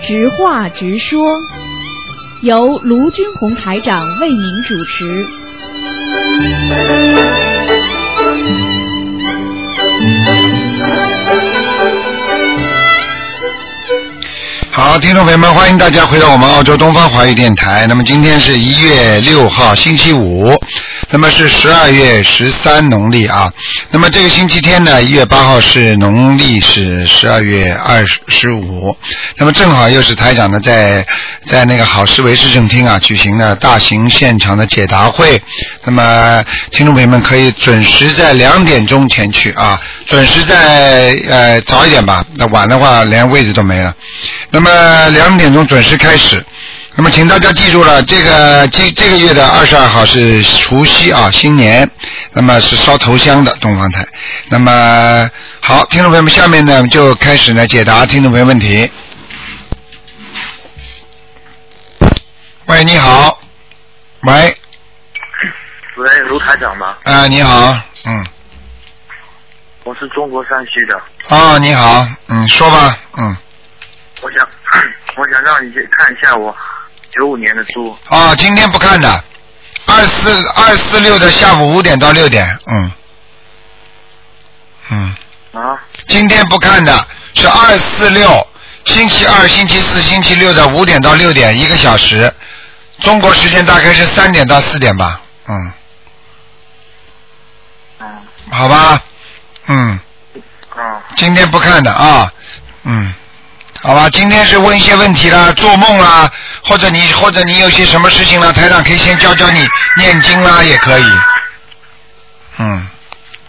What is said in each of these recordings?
直话直说，由卢军红台长为您主持。好，听众朋友们，欢迎大家回到我们澳洲东方华语电台。那么今天是一月六号，星期五，那么是十二月十三农历啊。那么这个星期天呢，一月八号是农历是十二月二十五，那么正好又是台长呢在在那个好思维市政厅啊举行了大型现场的解答会。那么听众朋友们可以准时在两点钟前去啊，准时在呃早一点吧，那晚的话连位置都没了。那么两点钟准时开始。那么，请大家记住了，这个这这个月的二十二号是除夕啊，新年，那么是烧头香的东方台。那么好，听众朋友们，下面呢就开始呢解答听众朋友问题。喂，你好，喂，喂，卢台长吗？啊、你好，嗯，我是中国山西的，啊、你好，嗯，说吧，嗯，我想 我想让你去看一下我九五年的猪。啊、今天不看的，二四二四六的下午五点到六点，嗯，嗯。啊，今天不看的是二四六，星期二、星期四、星期六的五点到六点，一个小时。中国时间大概是三点到四点吧，嗯，嗯好吧，嗯，啊今天不看的啊，嗯，好吧，今天是问一些问题啦，做梦啦，或者你或者你有些什么事情啦，台长可以先教教你念经啦，也可以，嗯，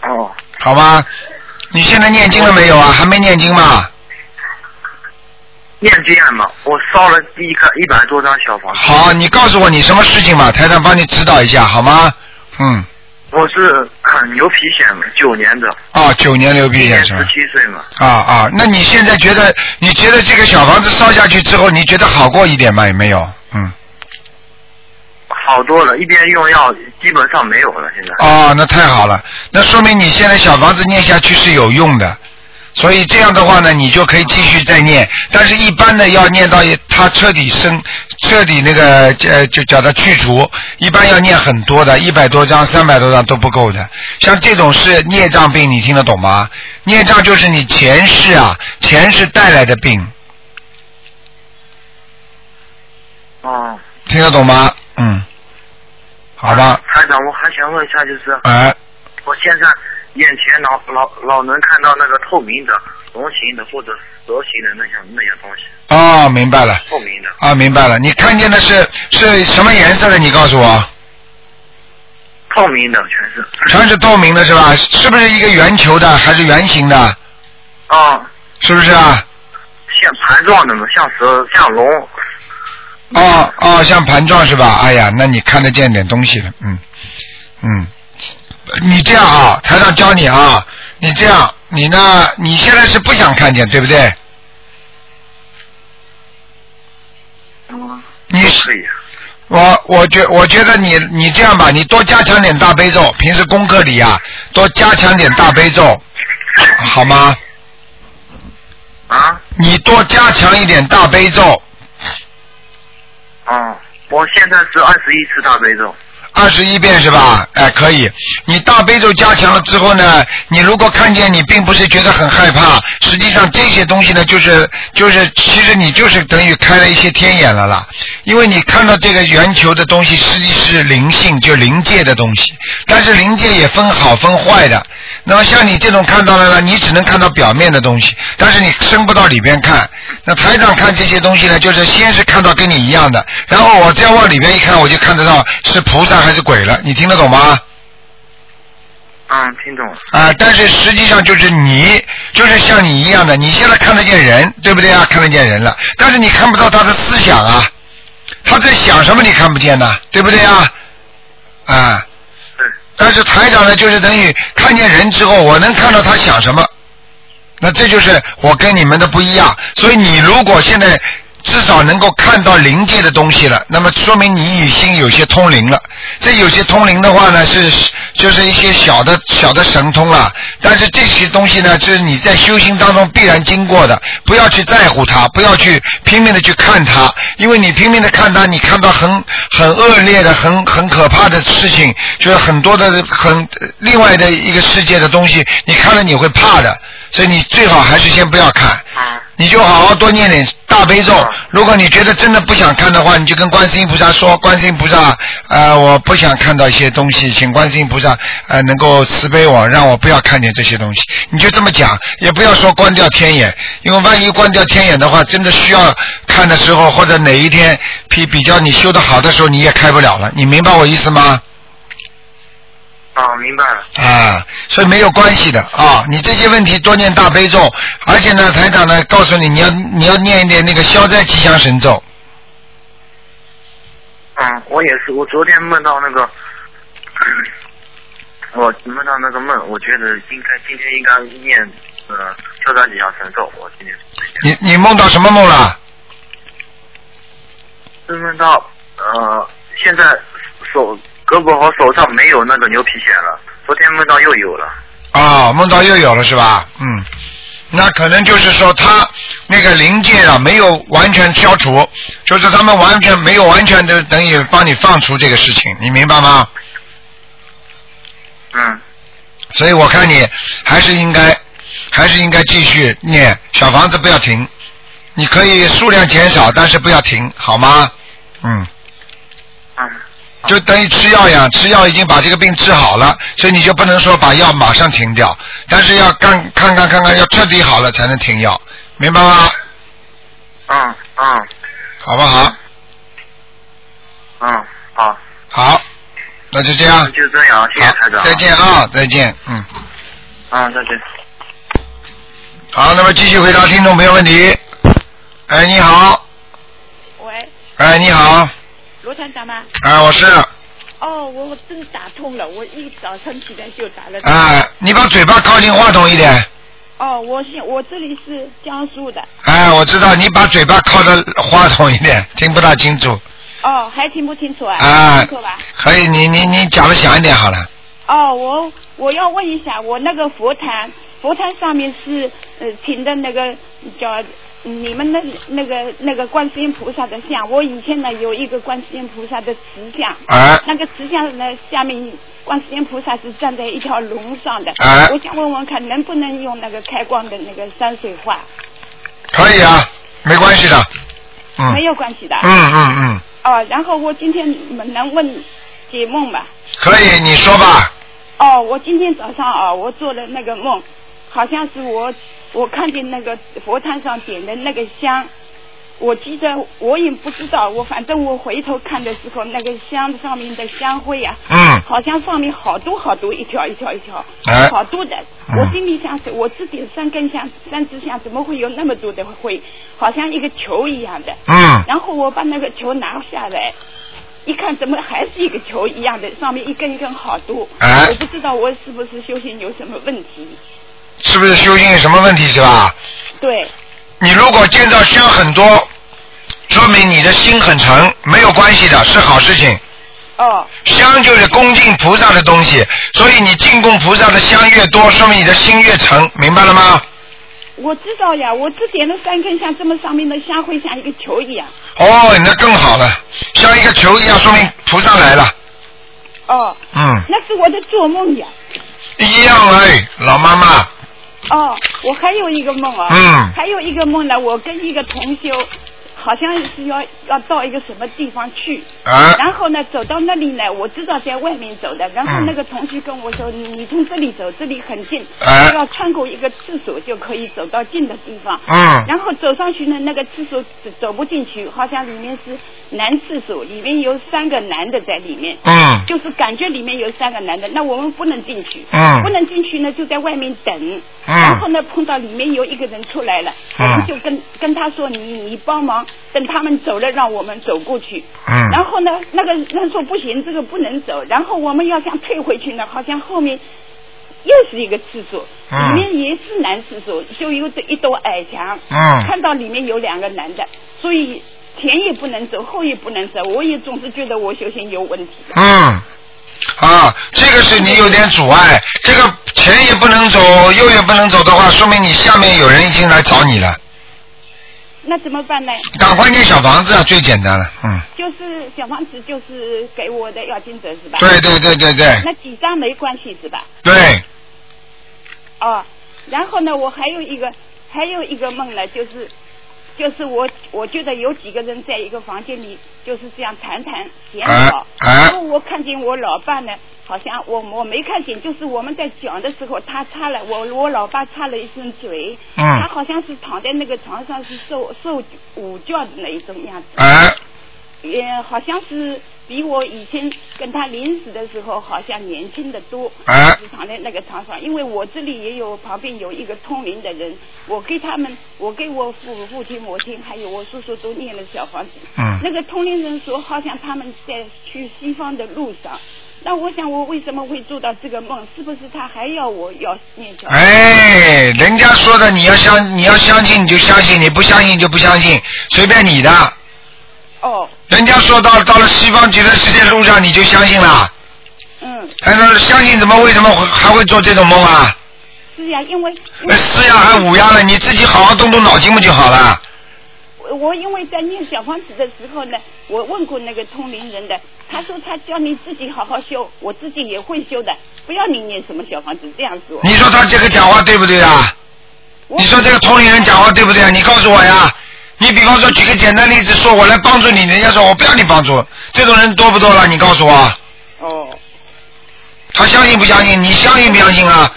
哦，好吧，你现在念经了没有啊？还没念经吧？念经啊案嘛，我烧了一个一百多张小房子。好，你告诉我你什么事情吧，台长帮你指导一下好吗？嗯，我是很牛皮癣，九年的，啊，九年流今鼻年炎是十吧？七岁嘛。啊啊，那你现在觉得你觉得这个小房子烧下去之后，你觉得好过一点吗？有没有？嗯，好多了，一边用药基本上没有了，现在。哦，那太好了，那说明你现在小房子念下去是有用的，所以这样的话呢，你就可以继续再念，但是一般的要念到它彻底生，彻底那个呃就叫它去除，一般要念很多的，一百多张、三百多张都不够的。像这种是孽障病，你听得懂吗？孽障就是你前世啊，前世带来的病，哦，听得懂吗？嗯，好吧，台长，我还想问一下，就是哎、我现在眼前老老老能看到那个透明的、龙形的或者蛇形的那像那些东西，哦，明白了，透明的啊，明白了，你看见的是是什么颜色的？你告诉我。透明的全是。全是透明的是吧？是不是一个圆球的，还是圆形的？啊，是不是啊？像盘状的嘛，像蛇，像龙。哦哦，像盘状是吧？哎呀，那你看得见点东西了，嗯嗯。你这样啊，台上教你啊，你这样，你呢？你现在是不想看见，对不对？嗯，你可以。我我觉我觉得你你这样吧，你多加强点大悲咒，平时功课里啊，多加强点大悲咒，好吗？啊，你多加强一点大悲咒，哦，我现在是二十一次大悲咒。二十一遍是吧？哎，可以。你大悲咒加强了之后呢，你如果看见你并不是觉得很害怕，实际上这些东西呢，就是就是，其实你就是等于开了一些天眼了啦。因为你看到这个圆球的东西，实际是灵性，就灵界的东西。但是灵界也分好分坏的。那么像你这种看到了呢，你只能看到表面的东西，但是你深不到里边看。那台长看这些东西呢，就是先是看到跟你一样的，然后我再往里边一看，我就看得到是菩萨还是鬼了。你听得懂吗？嗯，听懂了。啊、但是实际上就是你，就是像你一样的，你现在看得见人，对不对啊？看得见人了，但是你看不到他的思想啊，他在想什么你看不见呢，对不对啊？啊、对，但是台长呢，就是等于看见人之后，我能看到他想什么，那这就是我跟你们的不一样。所以你如果现在至少能够看到灵界的东西了，那么说明你已经有些通灵了。这有些通灵的话呢，是就是一些小的小的神通了。但是这些东西呢，就是你在修行当中必然经过的，不要去在乎它，不要去拼命的去看它，因为你拼命的看它，你看到很很恶劣的、很很可怕的事情，就是很多的很另外的一个世界的东西，你看了你会怕的。所以你最好还是先不要看，啊你就好好多念点大悲咒。如果你觉得真的不想看的话，你就跟观世音菩萨说：“观世音菩萨，呃，我不想看到一些东西，请观世音菩萨呃能够慈悲我，让我不要看见这些东西。”你就这么讲，也不要说关掉天眼，因为万一关掉天眼的话，真的需要看的时候，或者哪一天比比较你修的好的时候，你也开不了了。你明白我意思吗？啊，明白了。啊，所以没有关系的啊。你这些问题多念大悲咒，而且呢，台长呢告诉你，你要你要念一点那个消灾吉祥神咒。嗯，我也是，我昨天梦到那个，我梦到那个梦，我觉得应该今天应该念呃消灾吉祥神咒，我今天你你梦到什么梦了？是梦到呃现在手胳膊和手上没有那个牛皮癣了，昨天梦到又有了。啊、梦到又有了是吧？嗯，那可能就是说他那个灵界啊没有完全消除，就是他们完全没有完全的等于帮你放除这个事情，你明白吗？嗯，所以我看你还是应该，还是应该继续念小房子，不要停。你可以数量减少，但是不要停，好吗？嗯。嗯。就等于吃药一样，吃药已经把这个病治好了，所以你就不能说把药马上停掉，但是要看看看看看，要彻底好了才能停药，明白吗？嗯嗯好不好？嗯，好，好，那就这那样，就这样，谢谢台长。再见啊，再见，嗯。嗯，再见。好，那么继续回答听众朋友问题。哎，你好，喂，哎，你好，罗团长吗？哎，我是，哦，我我真打通了，我一早晨起来就打了。哎，你把嘴巴靠近话筒一点。哦，我现我这里是江苏的，哎，我知道，你把嘴巴靠着话筒一点，听不大清楚。哦，还听不清楚啊？啊清楚吧？可以，你你你讲的响一点好了。哦，我我要问一下，我那个佛坛，佛坛上面是呃停的那个叫你们那那个那个观世音菩萨的像，我以前呢有一个观世音菩萨的瓷像，哎， 那个慈像呢，下面观世音菩萨是站在一条龙上的。哎我想问问看，能不能用那个开光的那个山水画？可以啊，没关系的。嗯没有关系的。嗯嗯嗯，哦，然后我今天能问解梦吧？可以，你说吧。哦，我今天早上啊、我做了那个梦，好像是我我看见那个佛坛上点的那个香。我记得我也不知道，我反正我回头看的时候，那个香上面的香灰啊呀、嗯，好像上面好多好多一条一条一条，哎好多的。嗯我心里想，我自己三根香、三支香，怎么会有那么多的灰？好像一个球一样的。嗯然后我把那个球拿下来，一看怎么还是一个球一样的，上面一根一根好多。哎我不知道我是不是修行有什么问题？是不是修行有什么问题是吧？对，你如果见到香很多，说明你的心很诚，没有关系的，是好事情。哦香就是恭敬菩萨的东西，所以你进贡菩萨的香越多，说明你的心越诚，明白了吗？我知道呀，我只点了三根香，这么上面的香会像一个球一样。哦，那更好了，像一个球一样，说明菩萨来了。哦，嗯，那是我的做梦呀。一样哎，老妈妈，哦，我还有一个梦啊，嗯还有一个梦呢，我跟一个同修，好像是要要到一个什么地方去，啊，然后呢，走到那里呢，我知道在外面走的，然后嗯那个同学跟我说，你你从这里走，这里很近，哎要穿过一个厕所就可以走到近的地方。嗯，然后走上去呢，那个厕所走走不进去，好像里面是男厕所，里面有三个男的在里面。嗯，就是感觉里面有三个男的，那我们不能进去，嗯不能进去呢，就在外面等。嗯然后呢，碰到里面有一个人出来了，嗯我们就跟跟他说，你你帮忙，等他们走了，让我们走过去。然嗯，后呢，那个人说不行，这个不能走。然后我们要想退回去呢，好像后面又是一个厕所，嗯里面也是男厕所，就有这一堵矮墙。嗯看到里面有两个男的，所以前也不能走，后也不能走，我也总是觉得我修行有问题的。嗯，啊，这个是你有点阻碍，这个前也不能走，右也不能走的话，说明你下面有人已经来找你了。那怎么办呢？赶快念小房子啊，最简单了，嗯，就是小房子，就是给我的要经者是吧？对对对对对那几张没关系是吧？对，哦，然后呢，我还有一个还有一个梦呢，就是就是我我觉得有几个人在一个房间里就是这样谈谈闲聊，哎哎然后我看见我老爸呢，好像我我没看见，就是我们在讲的时候，他擦了我我老爸擦了一身嘴，嗯他好像是躺在那个床上是受受午觉的那一种样子，哎，也好像是比我以前跟他临死的时候好像年轻的多。哎就是躺在那个床上，因为我这里也有旁边有一个通灵的人，我给他们，我给我父父亲、母亲还有我叔叔都念了小房子。嗯那个通灵人说，好像他们在去西方的路上。那我想，我为什么会做到这个梦？是不是他还要我要念小？哎，人家说的你要相你要相信你就相信，你不相信就不相信，随便你的。哦，人家说到到了西方极乐世界路上你就相信了，嗯，还说相信怎么为什么会还会做这种梦啊？是呀，因为因那为四样还五样了，你自己好好动动脑筋不就好了？我我因为在念小房子的时候呢，我问过那个通灵人的，他说他叫你自己好好修，我自己也会修的，不要你念什么小房子这样说。你说他这个讲话对不对啊？我你说这个同龄人讲话对不对啊？你告诉我呀。你比方说举个简单例子，说我来帮助你，人家说我不要你帮助，这种人多不多了？你告诉我，哦，他相信不相信？你相信不相信啊？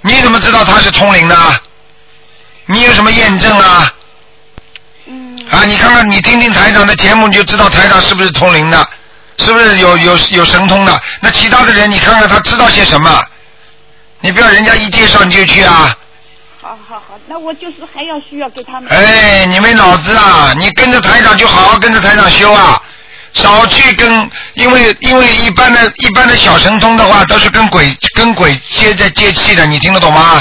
你怎么知道他是通灵的？啊你有什么验证啊？嗯，啊，你看看你听听台长的节目，你就知道台长是不是通灵的，是不是有有有神通的？那其他的人，你看看他知道些什么？你不要人家一介绍你就去啊！好好好，那我就是还要需要给他们。哎，你没脑子啊！你跟着台长就好好跟着台长修啊，少去跟，因为因为一般的一般的小神通的话，都是跟鬼跟鬼接在接气的，你听得懂吗？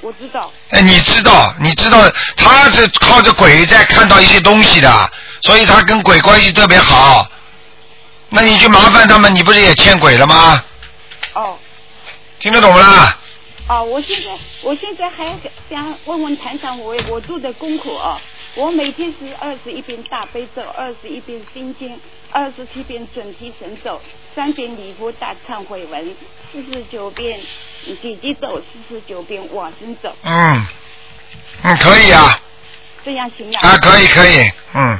我知道，哎，你知道，你知道他是靠着鬼在看到一些东西的，所以他跟鬼关系特别好。那你去麻烦他们，你不是也欠鬼了吗？哦听得懂不啦？哦，我现在我现在还想问问团长，我我做的功课哦，我每天是二十一遍大悲咒，二十一遍心经，二十七遍准提神咒，三遍礼佛大忏悔文，四十九遍地基咒，四十九遍往生咒，嗯，嗯，可以啊，这样行吗？啊，可以可以，嗯，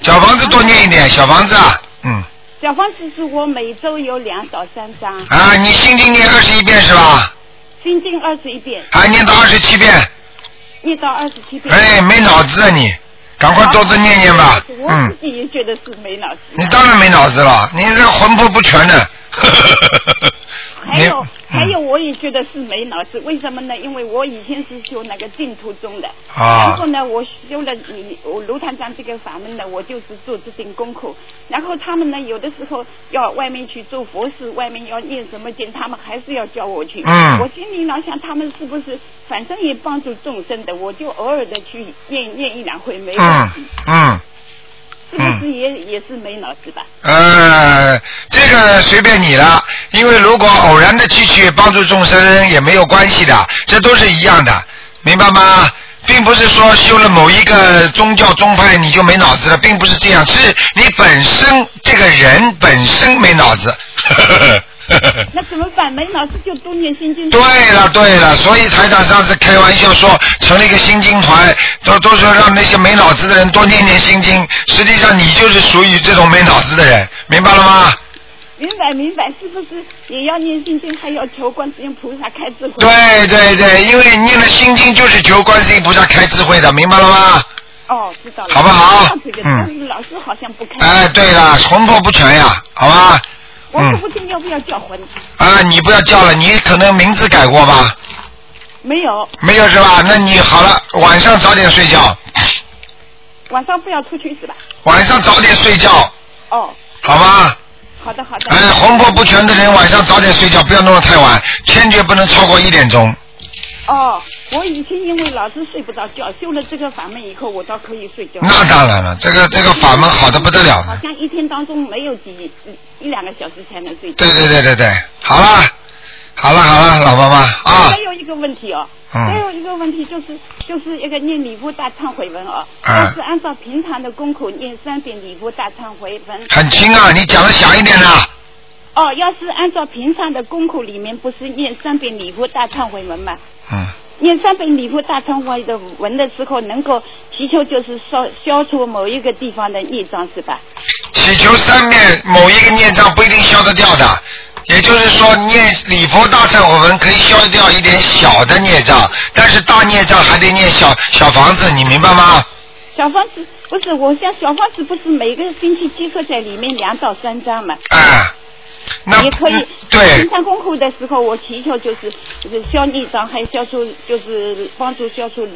小房子多念一点，小房子啊，嗯。小方子是我每周有两到三张，啊，你心经念二十一遍是吧？心经二十一遍，还念到二十七遍，念到二十七遍。哎，没脑子啊你，赶快多多念念吧。我嗯自，己也觉得是没脑子。你当然没脑子了，你这魂魄不全的。还有你还有，嗯我也觉得是没脑子，为什么呢？因为我以前是修那个净土宗的，然啊后，呢，我修了你我卢探长这个法门呢，我就是做这点功课。然后他们呢，有的时候要外面去做佛事，外面要念什么经，他们还是要叫我去。嗯我心里老想，他们是不是反正也帮助众生的，我就偶尔的去念念一两回，没问嗯题，嗯是不是也也是没脑子吧？呃，这个随便你了，因为如果偶然的去去帮助众生也没有关系的，这都是一样的，明白吗？并不是说修了某一个宗教宗派你就没脑子了，并不是这样，是你本身这个人本身没脑子。那怎么办？没脑子就多念心经。对了对了，所以台长上次开玩笑说成立一个新经团，都都说让那些没脑子的人多念念心经，实际上你就是属于这种没脑子的人，明白了吗？明白明白，是不是也要念心经，还要求观世音菩萨开智慧？对对对，因为念了心经就是求观世音菩萨开智慧的，明白了吗？哦，知道了。好不好知道这个，嗯但是老师好像不开。哎，对了，魂魄不全呀，好吧？我嗯说不定要不要叫魂？啊，你不要叫了，你可能名字改过吧？没有，没有是吧？那你好了，晚上早点睡觉，晚上不要出去是吧？晚上早点睡觉，哦，好吗？好的好的。哎，魂魄不全的人晚上早点睡觉，不要弄得太晚，坚决不能超过一点钟。哦，我以前因为老是睡不着觉，修了这个法门以后，我倒可以睡觉。那当然了，这个这个法门好的不得了好呢。像一天当中没有几一一两个小时才能睡觉。对对对对对，好了，好了好了，老妈妈啊还，有一个问题哦，嗯还有一个问题就是就是一个念礼佛大忏悔文哦，啊我是按照平常的功课念三遍礼佛大忏悔文。很轻啊，你讲的响一点啦。哦，要是按照平常的功课里面，不是念三遍礼佛大忏悔文嘛？嗯，念三遍礼佛大忏悔的文的时候，能够祈求就是消消除某一个地方的业障，是吧？祈求三遍某一个孽障不一定消得掉的，也就是说念礼佛大忏悔文可以消掉一点小的孽障，但是大孽障还得念小小房子，你明白吗？小房子不是，我想小房子不是每个星期集合在里面两到三章嘛？哎，那也可以嗯。对平，常功课的时候，我祈求就是就是消孽障，还消除就是帮助消除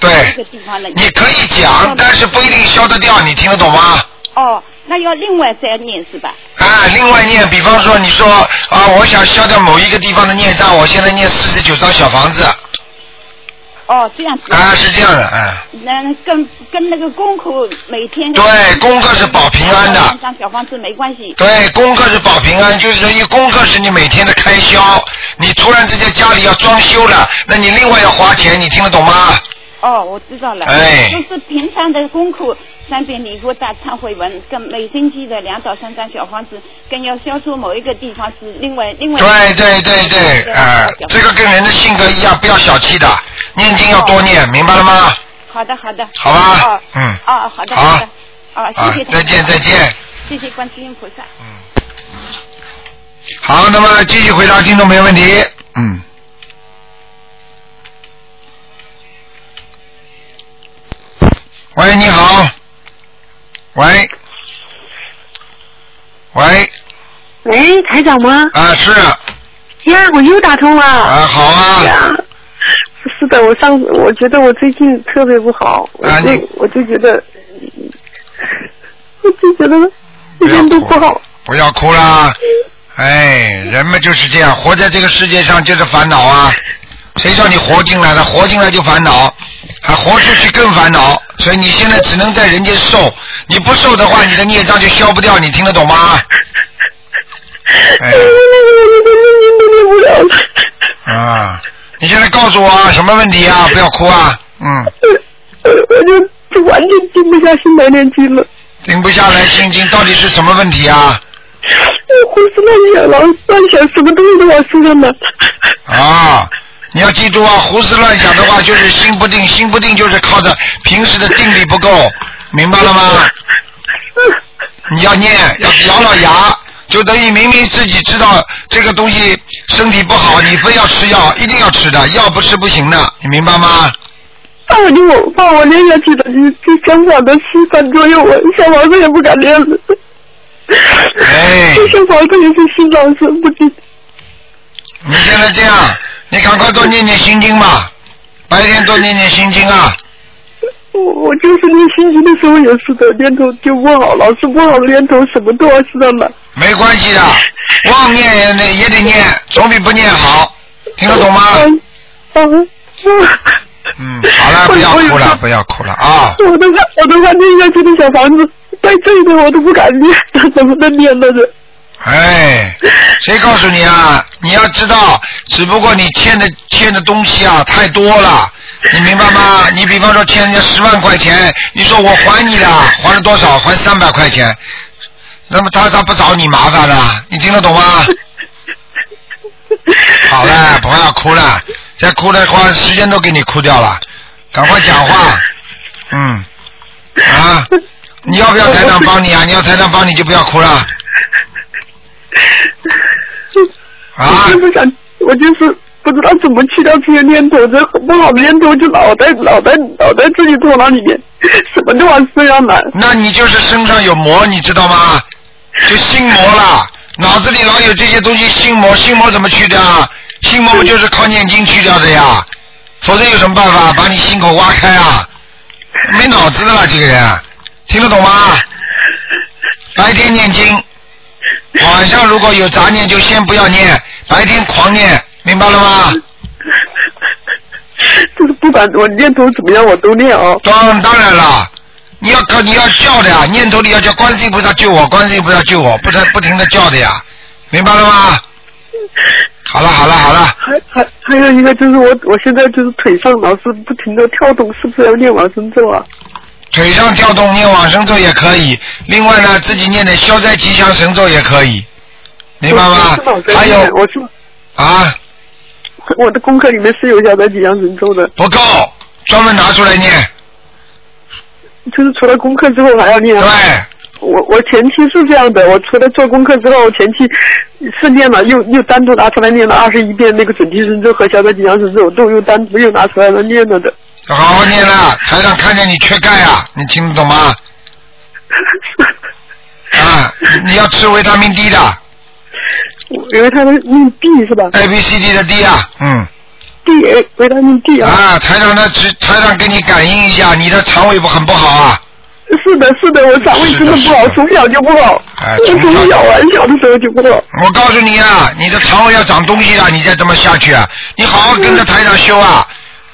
对这个地方的业你可以讲，但是不一定消得掉，你听得懂吗？哦，那要另外再念是吧？啊，另外念，比方说你说啊，我想消掉某一个地方的孽障，我现在念四十九张小房子，哦，这样子。啊，是这样的，啊，那跟跟那个功课每天对功课是保平安的上小房子没关系。对，功课是保平安，就是说，因为功课是你每天的开销，你突然之间家里要装修了，那你另外要花钱，你听得懂吗？哦，我知道了。哎就是平常的功课，三遍礼佛大忏悔文，跟每星期的两到三张小房子，跟要消除某一个地方是另外另外。对对对对，啊、这个跟人的性格一样，不要小气的，念经要多念，明白了吗？好的好的。好吧哦嗯哦，好的好好的。哦，啊谢谢。再见再见。谢谢观世音菩萨。好，那么继续回答听众朋友问题。嗯。喂，你好。喂。喂，喂，台长吗？啊是呀，我又打通了。啊好啊呀，是的，我上次我觉得我最近特别不好，我啊就你我就觉得，我就觉得不一要点都哭不好。不要哭啦。哎，人们就是这样，活在这个世界上就是烦恼啊。谁叫你活进来的？活进来就烦恼，还活出去更烦恼。所以你现在只能在人间受，你不受的话，你的孽障就消不掉。你听得懂吗？哎哎呀，我我我我我我我不了了。啊，你现在告诉我啊，什么问题啊？不要哭啊，嗯，我我就完全静不下心来念经了，停不下来，心经到底是什么问题啊？我胡思乱想，老是乱想什么东西都往身上拿。啊，你要记住啊，胡思乱想的话就是心不定，心不定就是靠着平时的定力不够，明白了吗？你要念，要咬咬牙，就等于明明自己知道这个东西身体不好，你非要吃药，一定要吃的，药不吃不行的，你明白吗？把我就把我练下去了，就就想法都七分左右，我小房子也不敢练了。哎这小房子也是心脏生不进。你现在这样，你赶快多念念心经吧，白天多念念心经啊。我我就是练心经的时候也是的，念头就不好，老是不好念头，什么都往身上拿。没关系的，忘念也得也得念，总比不念好，听得懂吗？嗯嗯嗯，好了，不要哭了，不要哭了啊！我都看，我都看念下去的小房子，在这一点我都不敢念，怎么能念了呢？哎，谁告诉你啊？你要知道，只不过你欠的欠的东西啊太多了，你明白吗？你比方说欠人家十万块钱，你说我还你了，还了多少？还三百块钱，那么他咋不找你麻烦了？你听得懂吗？好了，不要哭了，再哭的话时间都给你哭掉了，赶快讲话。嗯，啊，你要不要台长帮你啊？你要台长帮你就不要哭了。啊我，就不想，我就是不知道怎么去掉这些念头，这不好的念头就脑袋脑袋脑袋自己头脑里面， 什么都啊往身上 揽。那你就是身上有魔，你知道吗？就心魔了，脑子里老有这些东西，心魔，心魔怎么去掉啊？心魔不就是靠念经去掉的呀？否则有什么办法把你心口挖开啊？没脑子的啦，这个人，听得懂吗？白天念经，晚上如果有杂念就先不要念，白天狂念，明白了吗？不管我念头怎么样，我都念啊。当当然了，你要靠你要叫的呀，念头里要叫观世音菩萨救我，观世音菩萨救我，不能不停的叫的呀，明白了吗？好了好了好了，还还还有一个就是我我现在就是腿上老是不停的跳动，是不是要念往生咒啊？腿上跳动念往生咒也可以，另外呢自己念点消灾吉祥神咒也可以，明白吗我是老在？还念有我是啊我的功课里面是有小白吉祥神咒的，不够，专门拿出来念，就是除了功课之后还要念对啊。我我前期是这样的，我除了做功课之后，我前期是念了，又又单独拿出来念了二十一遍那个准提神咒和小白吉祥神咒，我都又单独又拿出来了念了的。好好念啦。台上看见你缺钙啊，你听得懂吗？啊，你你要吃维他命 D 的我因为他的命 D 是吧，A B C D 的 D 啊，嗯。 ？D 哎维他命 D 啊，啊，台长呢，只台长给你感应一下，你的肠胃不很不好啊。是的，是的，我肠胃真的不好是的是的，从小就不好，哎我从从小小很小的时候就不好。我告诉你啊，你的肠胃要长东西了，你再这么下去啊，你好好跟着台长修啊。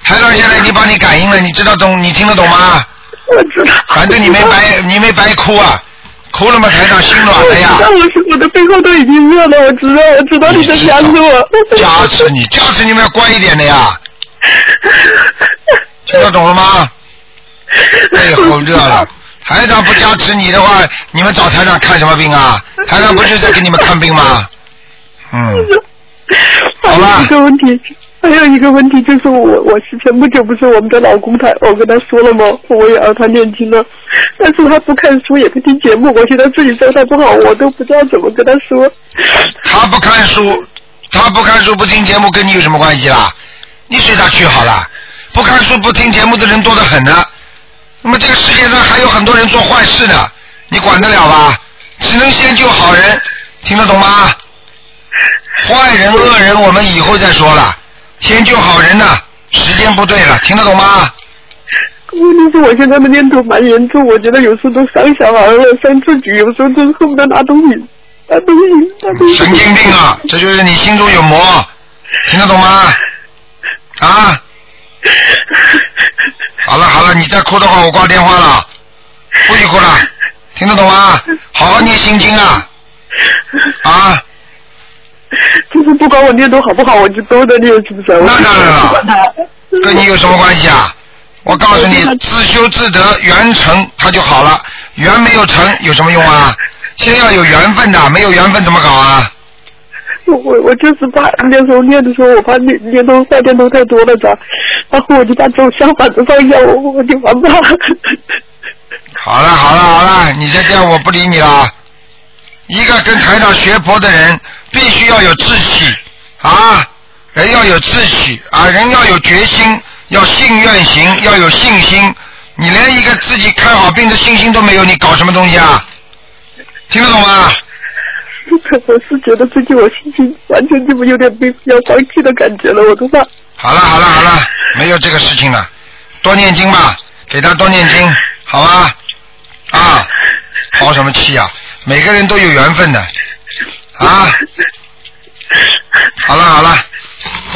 台长现在已经帮你感应了，你知道懂，你听得懂吗？我知道，反正你没白，你没白哭啊，哭了嘛，台长心软了呀我知，道我是我的背后都已经热了，我知道，我知道你在夹着我。加持 你，加持你们要乖一点的呀，听得懂了吗？哎好热了。台长不加持你的话，你们找台长看什么病啊？台长不是在给你们看病吗？嗯。 好吧还有一个问题，还有一个问题就是我，我是前不久不是我们的老公他，我跟他说了吗？我也让啊他念经了，但是他不看书也不听节目，我现在自己状态不好，我都不知道怎么跟他说。他不看书，他不看书不听节目跟你有什么关系啦？你随他去好了。不看书不听节目的人多得很呢。那么这个世界上还有很多人做坏事呢，你管得了吧？只能先救好人，听得懂吗？坏人恶人我们以后再说了，先救好人呢，时间不对了，听得懂吗？问题是我现在的念头蛮严重，我觉得有时候都伤小孩了，伤自己，有时候都恨不得拿东西，拿东西，拿东西。神经病啊！这就是你心中有魔，听得懂吗？啊？好了好了，你再哭的话，我挂电话了，不许哭了，听得懂吗？好好念心经啊！啊， 就是不管我念头好不好，我就都在念，是不是？啊我那当然了不管他。跟你有什么关系啊？我告诉你，自修自得，缘成它就好了，缘没有成有什么用啊？先要有缘分的，没有缘分怎么搞啊？我我我就是怕那时候念的时候，我怕念念头坏念头太多了咋？然后我就把走相反的方向，我我就烦怕。好了好了好了，你再这样我不理你了。一个跟台长学佛的人，必须要有志气啊，人要有志气啊，人要有决心，要信愿行，要有信心。你连一个自己看好病的信心都没有，你搞什么东西啊？听得懂吗？可能是觉得最近我心情完全就有点被要放弃的感觉了，我都怕。好了好了好了，没有这个事情了，多念经吧，给他多念经，好吧？啊，好什么气啊？每个人都有缘分的，啊。好了好了，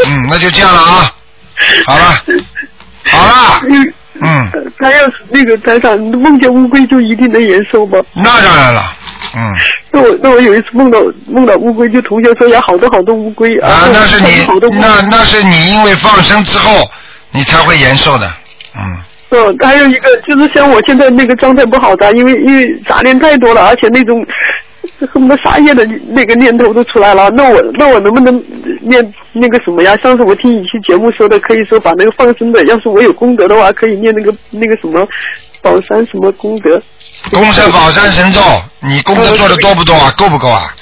嗯，那就这样了啊，好了，好了，嗯嗯，还有那个台长，梦见乌龟就一定能延寿吗？那当然了，嗯，那我那我有一次梦到梦到乌龟，就同学说有好多好多乌龟啊，那是你好多乌龟。那那是你因为放生之后，你才会延寿的，嗯，嗯，还有一个就是像我现在那个状态不好的，因为因为杂念太多了，而且那种恨不得杀业的那个念头都出来了。那我那我能不能念那个什么呀？上次我听一期节目说的，可以说把那个放生的，要是我有功德的话，可以念那个那个什么宝山什么功德。功德宝山神咒，你功德做的多不多啊？够不够啊？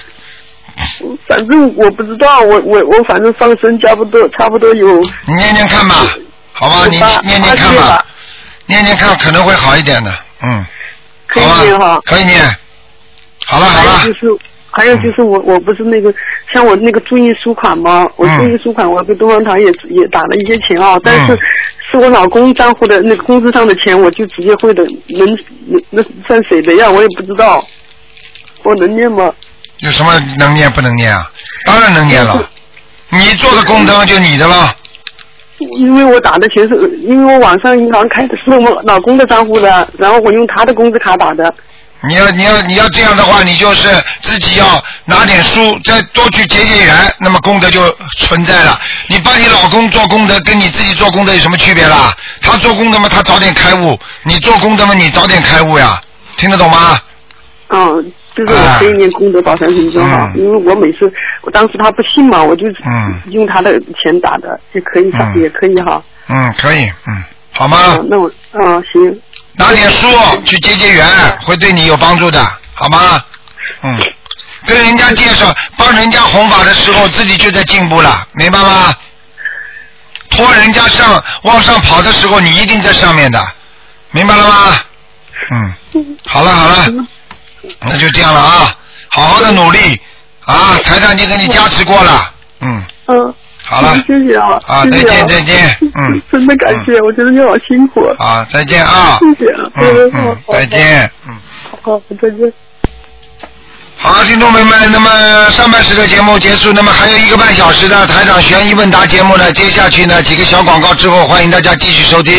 反正我不知道，我我我反正放生差不多差不多有你念念看吧，好吧，哦你八念念八看十吧啊吧，，念念看可能会好一点的，嗯，可以念好吧哈，。可以念，好了好了还有，就是，还有就是我我不是那个，像我那个注印书款嘛，我注印书款我跟东方堂也也打了一些钱啊，但是嗯是我老公账户的那个工资上的钱，我就直接汇的，能能那算谁的呀？我也不知道，我能念吗？有什么能念不能念啊？当然能念了，你做的功德就你的了，因为我打的钱是，因为我网上银行开的是我老公的账户的，然后我用他的工资卡打的。你要你要你要这样的话，你就是自己要拿点书，再多去结结缘，那么功德就存在了。你帮你老公做功德，跟你自己做功德有什么区别啦？他做功德嘛，他早点开悟；你做功德嘛，你早点开悟呀。听得懂吗？嗯，就是我这一年功德宝山神咒哈，啊嗯啊因为我每次，我当时他不信嘛，我就嗯用他的钱打的，也可以打，嗯也可以哈。嗯，可以，嗯，好吗？嗯，那我嗯行，拿点书去结结缘，会对你有帮助的，好吗？嗯，跟人家介绍，帮人家弘法的时候，自己就在进步了，明白吗？拖人家上往上跑的时候，你一定在上面的，明白了吗？嗯，好了好了，那就这样了啊，好好的努力啊，台长已经给你加持过了，嗯，嗯，好了，谢谢啊，啊，谢再谢啊见再见，嗯， 真的感谢，我觉得你好辛苦，好，再见啊，谢谢啊，嗯好嗯，再，见，嗯。好好好，再见。好，听众朋友们，那么上半时的节目结束，那么还有一个半小时的台长悬疑问答节目呢，接下去呢几个小广告之后，欢迎大家继续收听。